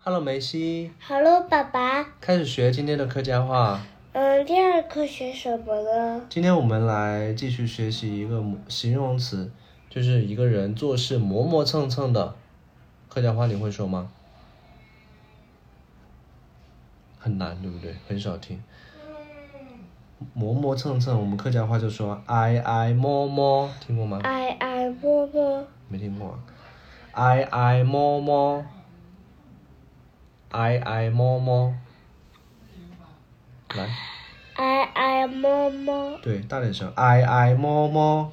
Hello，梅西， Hello，爸爸。开始学今天的客家话。嗯，第二课学什么呢？今天我们来继续学习一个模形容词，就是一个人做事磨磨蹭蹭的。客家话你会说吗？很难，对不对？很少听。磨磨蹭蹭，我们客家话就说挨挨摸摸，听过吗？挨挨摸摸，没听过啊。挨挨摸摸，挨挨摸摸，来。挨挨摸摸，对，大点声，挨挨摸摸。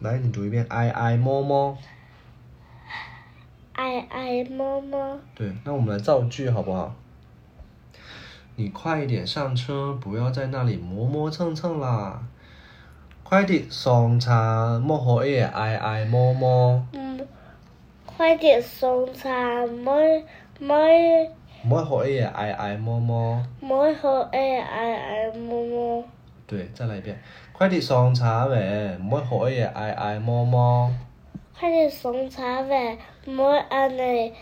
来，你读一遍，挨挨摸摸。挨挨摸摸，对，那我们来造句好不好？你快一点上车，不要在那里磨磨蹭蹭啦！快点上车，莫好也挨挨摸摸，嗯，快点送餐，没没莫好也挨挨摸摸。没好哎爱挨挨摸摸，对，再来一遍，快点上车喂，莫好也挨挨摸摸，快点送餐呗，没安内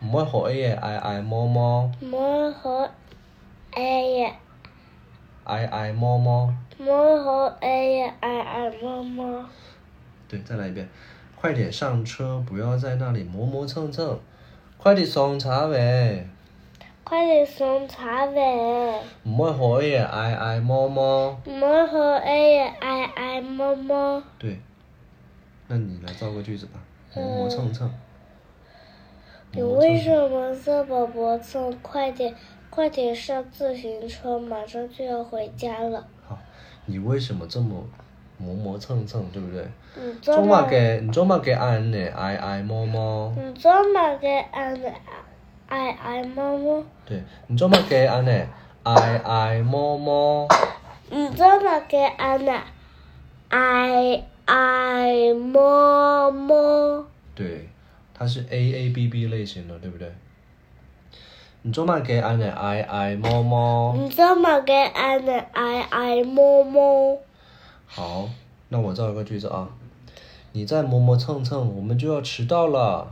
莫好也挨挨摸摸，没好爱哎呀，挨挨摸摸。没好爱哎呀挨挨摸摸，对，再来一遍，快点上车，不要在那里磨磨蹭蹭，快点上车呗，快点送餐呗。唔好可以挨挨摸摸。我和 A 爱爱摸摸，对，那你来造个句子吧，磨磨蹭蹭。你为什么这么磨蹭？快点，快点上自行车，马上就要回家了。好，你为什么这么磨磨蹭蹭，对不对？你这做乜么，嘅？唔做乜嘅？俺呢？挨挨摸摸。你这么给俺的爱爱摸摸，对，唔做乜嘅？俺呢？挨挨摸摸。你这么给俺的爱爱摸摸，对，它是 A A B B 类型的，对不对？你做嘛给俺的挨挨摸摸。你这么给俺的爱爱摸摸，好，那我造一个句子啊，你再磨磨蹭蹭，我们就要迟到了。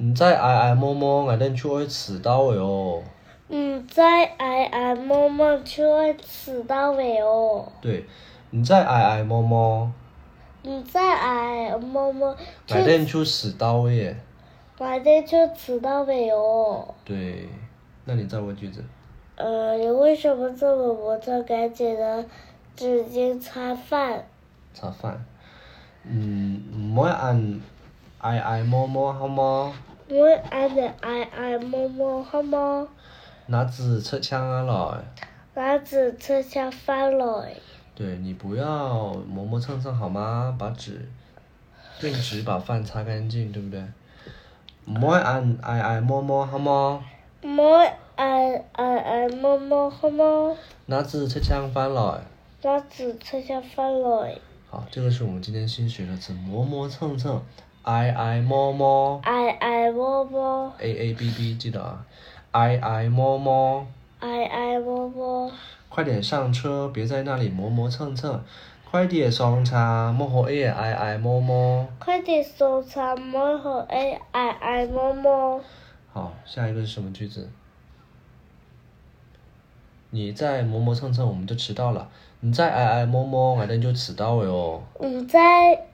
你再挨挨摸摸，俺等就会迟到的哟。你再爱爱摸摸就会迟到尾哦。对，你再挨挨摸摸，你再矮摸摸，就俺等就迟到的耶。反正就迟到没有。对，那你造个句子。呃，你为什么这么磨蹭？赶紧的纸巾擦饭。炒饭，嗯，唔好按挨挨摸摸好冇？我爱的爱爱摸摸好吗？拿纸擦枪啊来。拿纸吃下饭了。对你不要磨磨蹭蹭好吗？把纸用纸把饭擦干净，对不对？唔好按挨挨摸摸好冇？我爱爱爱摸摸好吗？拿纸擦枪翻来。拿纸吃下饭了。好，这个是我们今天新学的词，磨磨蹭蹭，挨挨摸摸爱爱摸摸， ，A A B B，记得啊，挨挨摸摸。爱爱摸摸，快点上车，别在那里磨磨蹭蹭。快点上车，莫好夜挨挨哎摸摸。快点收藏哎摸和爱爱爱摸摸。好，下一个是什么句子？你再磨磨蹭蹭，我们就迟到了。你再挨挨摸摸，晚上就迟到了哟。你在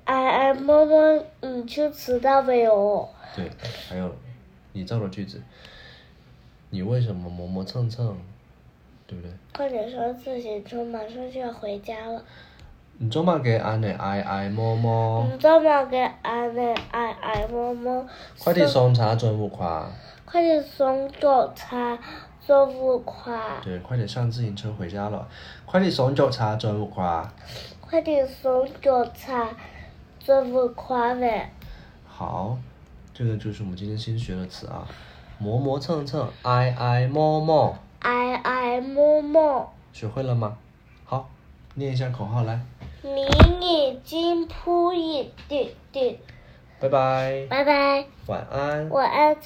挨挨摸摸，你嗯就迟到哦没有？对，还有你造的句子，你为什么磨磨蹭蹭？对不对？快点上自行车，马上就要回家了。你做嘛给俺奶挨挨摸摸？你这么给俺的挨挨摸摸，快点上车，中午快。快点送早餐，做不垮。对，快点上自行车回家了。快点上脚车，中午快。快点送早餐，做不垮呗。好，这个就是我们今天新学的词啊，磨磨蹭蹭，挨挨摸摸，挨挨摸摸，学会了吗？好，念一下口号来，迷你金铺一点点。拜拜，拜拜，晚安。晚安。